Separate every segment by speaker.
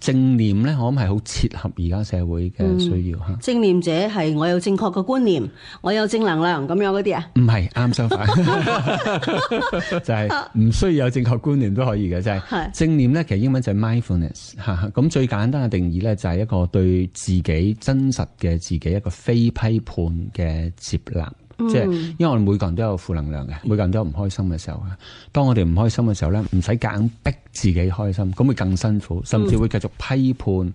Speaker 1: 正念咧，我諗係好切合而家社會嘅需要嚇。
Speaker 2: 正念者係我有正確嘅觀念，我有正能量咁樣嗰啲啊。
Speaker 1: 唔係啱相反， 就係唔需要有正確觀念都可以嘅，就係、
Speaker 2: 係
Speaker 1: 正念咧。其實英文就係 mindfulness 嚇嚇咁最簡單嘅定義咧，就係一個對自己真實嘅自己一個非批判嘅接納。即係，因為我哋每個人都有負能量嘅，每個人都有唔開心嘅時候嘅。當我哋唔開心嘅時候咧，唔使夾硬逼自己開心，咁會更辛苦，甚至會繼續批判。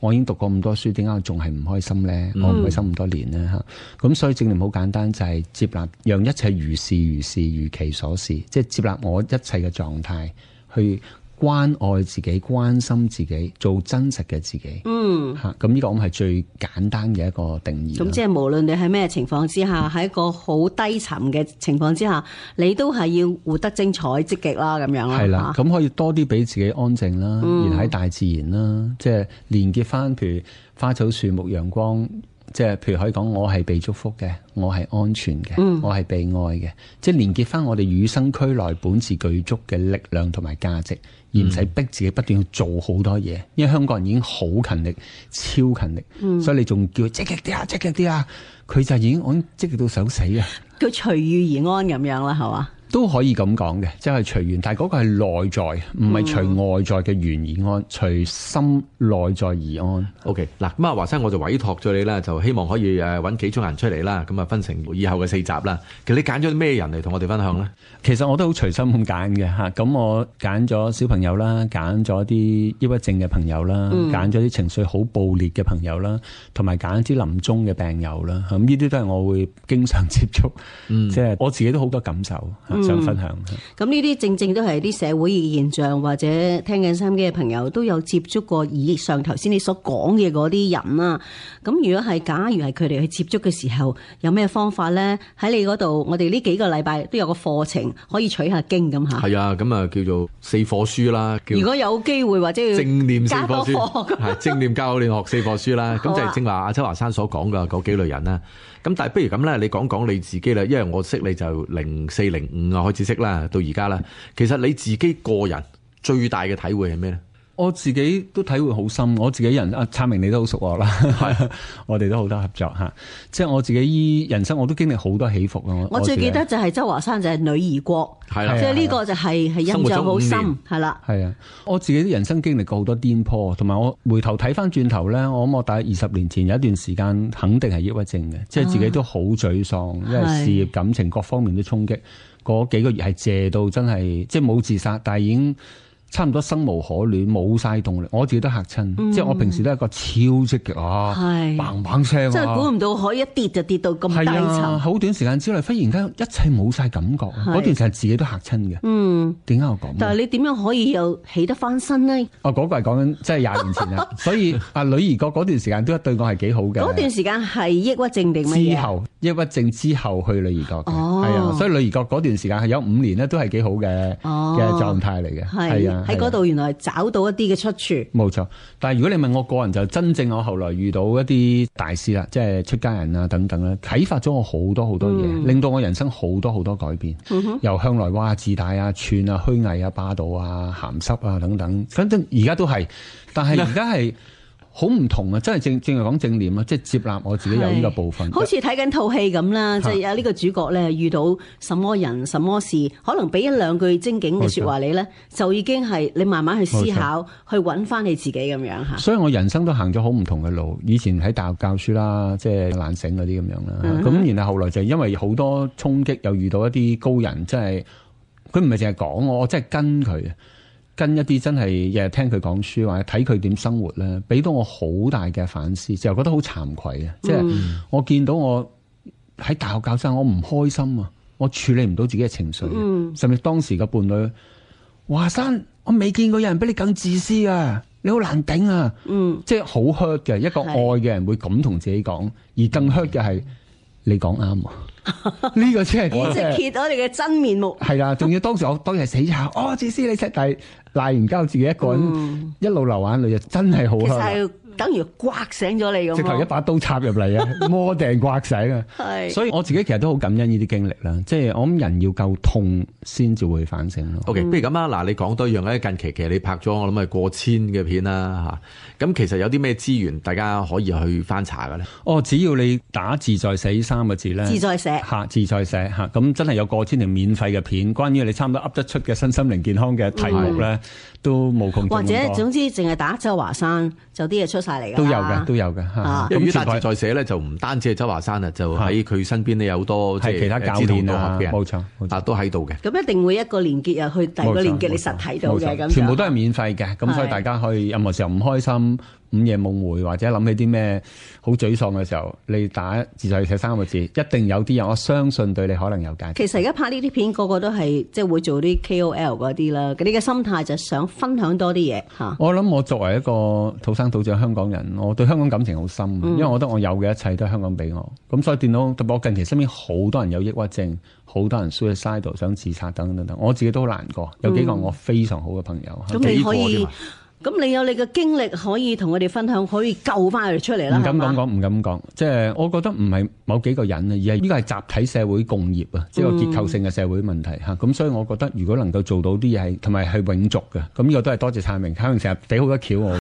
Speaker 1: 我已經讀過咁多書，點解我仲係唔開心呢？我唔開心咁多年呢。嚇，咁所以正念好簡單，就係、接納，讓一切如是如是如其所是，即係接納我一切嘅狀態，去關愛自己、關心自己，做真實嘅自己。嗯，嚇咁呢個我諗係最簡單嘅一個定義啦。
Speaker 2: 咁即係無論你喺咩情況之下，喺一個好低沉嘅情況之下，你都係要活得精彩、積極啦，咁樣啦。啊
Speaker 1: 係啦，
Speaker 2: 嚇
Speaker 1: 咁可以多啲俾自己安靜啦，然後喺大自然啦，即係連結翻，譬如花草樹木、陽光，即係譬如可以講，我係被祝福嘅，我係安全嘅，我係被愛嘅，即係連結翻我哋與生俱來本自具足嘅力量同埋價值，而唔使逼自己不斷去做好多嘢，因為香港人已經好勤力、超勤力，所以你仲叫佢積極啲啊、積極啲啊，佢就已經我已經積極到想死啊！
Speaker 2: 叫隨遇而安咁樣啦，係嘛？
Speaker 1: 都可以咁講嘅，即係隨緣，但係嗰個係內在，唔係隨外在嘅緣而安，隨心內在而安。
Speaker 3: OK，嗱咁啊，華生我就委託咗你啦，就希望可以誒揾幾種人出嚟啦，咁啊分成以後嘅四集啦。其實你揀咗啲咩人嚟同我哋分享咧？
Speaker 1: 其實我都好隨心咁揀嘅嚇，咁我揀咗小朋友啦，揀咗啲抑鬱症嘅朋友啦，揀咗啲情緒好暴烈嘅朋友啦，同埋揀一啲臨終嘅病友啦，咁呢啲都係我會經常接觸，即係我自己都好多感受嚇想分享。
Speaker 2: 咁呢啲正正都係啲社會嘅現象，或者聽緊收音機嘅朋友都有接觸過以上頭先你所講嘅嗰啲人啦。咁如果係假如係佢哋去接觸嘅時候，有咩方法咧？喺你嗰度，我哋呢幾個禮拜都有個課程可以取下經咁嚇。
Speaker 3: 係啊，咁啊叫做四課書啦，叫
Speaker 2: 如果有機會或者要
Speaker 3: 正念四
Speaker 2: 加多
Speaker 3: 課 書，
Speaker 2: 課咁
Speaker 3: 係正念教練學四課書啦。
Speaker 2: 好
Speaker 3: 咁
Speaker 2: 啊
Speaker 3: 就係正話阿周華山所講嘅嗰幾類人啦。咁但係不如咁啦，你講講你自己啦，因為我識你就零四零五啊開始識啦，到而家啦。其實你自己個人 最大嘅體會係咩咧？
Speaker 1: 我自己都體會好深，我自己人啊，燦明你都好熟我啦， 我哋都好多合作嚇。即係我自己依人生我都經歷好多起伏啊！
Speaker 2: 我最
Speaker 1: 自己
Speaker 2: 記得就係周華山就係女兒國，
Speaker 3: 係
Speaker 2: 即
Speaker 3: 啦
Speaker 2: 係呢個就係係印象好
Speaker 3: 生活咗五
Speaker 2: 深
Speaker 3: 年，
Speaker 2: 係啦。
Speaker 1: 係啊，我自己人生經歷過好多顛簸，同埋我回頭睇翻轉頭呢，我諗我大概二十年前有一段時間肯定係抑鬱症嘅，即係自己都好沮喪，因為
Speaker 2: 啊係
Speaker 1: 事業、感情各方面都衝擊。嗰幾個月係借到真係，即係冇自殺，但係已經差唔多生無可戀，冇晒動力。我自己都嚇親，即係我平時都係一個超積極啊，
Speaker 2: 嗯係
Speaker 1: 砰砰聲啊，
Speaker 2: 真係估唔到可以一跌就跌到咁低
Speaker 1: 係啊，
Speaker 2: 沉。
Speaker 1: 好短時間之內，忽然間一切冇晒感覺，嗰段時間自己都嚇親嘅。
Speaker 2: 嗯，
Speaker 1: 點解我講？
Speaker 2: 但係你點樣可以又起得翻身呢？
Speaker 1: 哦，嗰、個係講緊即係廿年前 啦，所以阿女兒國嗰段時間都對我係幾好嘅。
Speaker 2: 嗰段時間係抑鬱症定乜嘢？
Speaker 1: 之後抑鬱症之後去女兒國嘅，
Speaker 2: 哦
Speaker 1: 係啊，所以女兒國嗰段時間係有五年咧，都係幾好嘅
Speaker 2: 哦
Speaker 1: 嘅狀態嚟嘅，
Speaker 2: 係
Speaker 1: 係啊，
Speaker 2: 喺
Speaker 1: 係啊
Speaker 2: 嗰度原來找到一啲嘅出處。
Speaker 1: 冇錯，但係如果你問我個人，就真正我後來遇到一啲大師啦，即係出家人啊等等啦，啟發咗我好多好多嘢，令到我人生好多好多改變。由向來哇自大啊、串啊、虛偽啊、霸道啊、鹹濕啊等等，反正而家都係，但係而家係好唔同啊！真係正正係講正念啊，即係接納我自己有呢個部分。
Speaker 2: 好似睇緊套戲咁 啦，即
Speaker 1: 嚇
Speaker 2: 係有呢個主角咧遇到什麼人、什麼事，可能俾一兩句精警嘅説話你咧，就已經係你慢慢去思考，去揾翻你自己咁樣啊嚇。
Speaker 1: 所以我人生都行咗好唔同嘅路。以前喺大學教書啦，即係懶醒嗰啲咁樣啦。咁、然後後來就因為好多衝擊，又遇到一啲高人，真係佢唔係淨係講我，我真係跟佢，跟一啲真係日日聽佢講書或者睇佢點生活咧，俾到我好大嘅反思，就覺得好慚愧啊！即係我見到我喺大學教生，我唔開心啊，我處理唔到自己嘅情緒，啊
Speaker 2: 嗯
Speaker 1: 甚至當時嘅伴侶。華山，我未見過有人比你更自私啊！你好難頂啊！嗯，即係好 hurt 嘅一個
Speaker 2: 係
Speaker 1: 愛嘅人會咁同自己講，而更 hurt 嘅係你講啱啊！ 呢個先係
Speaker 2: 咦，
Speaker 1: 我
Speaker 2: 即係揭咗你嘅真面目。
Speaker 1: 係啦，仲要當時我當日係死下，哦，自私你識，但係賴完交自己一個人，一路流眼淚就真係好
Speaker 2: 嗯其實
Speaker 1: hurt 啊。
Speaker 2: 係等於刮醒咗你咁
Speaker 1: 直頭一
Speaker 2: 咯。
Speaker 1: 把刀插入嚟啊， 摸定刮醒啊！
Speaker 2: 係
Speaker 1: 所以我自己其實都好感恩呢啲經歷啦，即係我諗人要夠痛先至會反省咯。
Speaker 3: OK，不如咁啊，嗱，你講多一樣咧，近期其實你拍咗我諗係過千嘅片啦嚇，咁其實有啲咩資源大家可以去翻查嘅咧？
Speaker 1: 哦，只要你打自在死三個字咧，
Speaker 2: 自在社
Speaker 1: 嚇自在社嚇，咁真係有過千條免費嘅片，關於你差唔多噏得出嘅身心靈健康嘅題目咧，都無窮盡咁多
Speaker 2: 嗯或者總之淨係打周華山就啲嘢出晒嚟㗎
Speaker 1: 都有
Speaker 2: 啦
Speaker 1: 嘅，都有嘅嚇
Speaker 2: 啊。
Speaker 3: 因為於達
Speaker 1: 全
Speaker 3: 志
Speaker 1: 部
Speaker 3: 在社咧，就唔單止係周華山啊，就喺佢身邊咧有好多即
Speaker 1: 係其他教
Speaker 3: 志同
Speaker 1: 練
Speaker 3: 道合
Speaker 1: 啊
Speaker 3: 嘅，人
Speaker 1: 冇錯冇錯
Speaker 3: 啊，都喺度嘅。
Speaker 2: 咁一定會一個連結入去第二個連結，你實睇到嘅
Speaker 1: 冇錯
Speaker 2: 咁
Speaker 1: 全部
Speaker 2: 就
Speaker 1: 都係免費嘅，咁所以
Speaker 2: 係
Speaker 1: 大家可以任何時候唔開心、午夜夢回或者諗起啲咩好沮喪嘅時候，你打自在寫三個字，一定有啲人我相信對你可能有解。
Speaker 2: 其實而家拍呢啲片，個個都係即係會做啲 KOL 嗰啲啦。你嘅心態就係想分享多啲嘢嚇。
Speaker 1: 我諗我作為一個土生土長香港
Speaker 2: 嗯
Speaker 1: 人，我對香港感情好深，因為我覺得我有嘅一切都係香港俾我。咁所以見到特別我近期身邊好多人有抑鬱症，好多人 suicidal 想自殺等等等等，我自己都好難過。有
Speaker 2: 嗯
Speaker 1: 幾個我非常好嘅朋友，
Speaker 2: 咁你可
Speaker 3: 幾個添
Speaker 2: 以
Speaker 3: 啊，
Speaker 2: 咁你有你嘅經歷可以同我哋分享，可以救翻佢哋出嚟啦，
Speaker 1: 唔
Speaker 2: 係
Speaker 1: 敢嗯咁
Speaker 2: 嘛？
Speaker 1: 講，唔敢講。即係我覺得唔係某幾個人啊，而係呢個係集體社會共業
Speaker 2: 嗯
Speaker 1: 啊，即係個結構性嘅社會問題嚇。咁、所以我覺得如果能夠做到啲嘢係同埋係永續嘅，咁呢個都係多謝燦明。燦明成日俾好多橋我。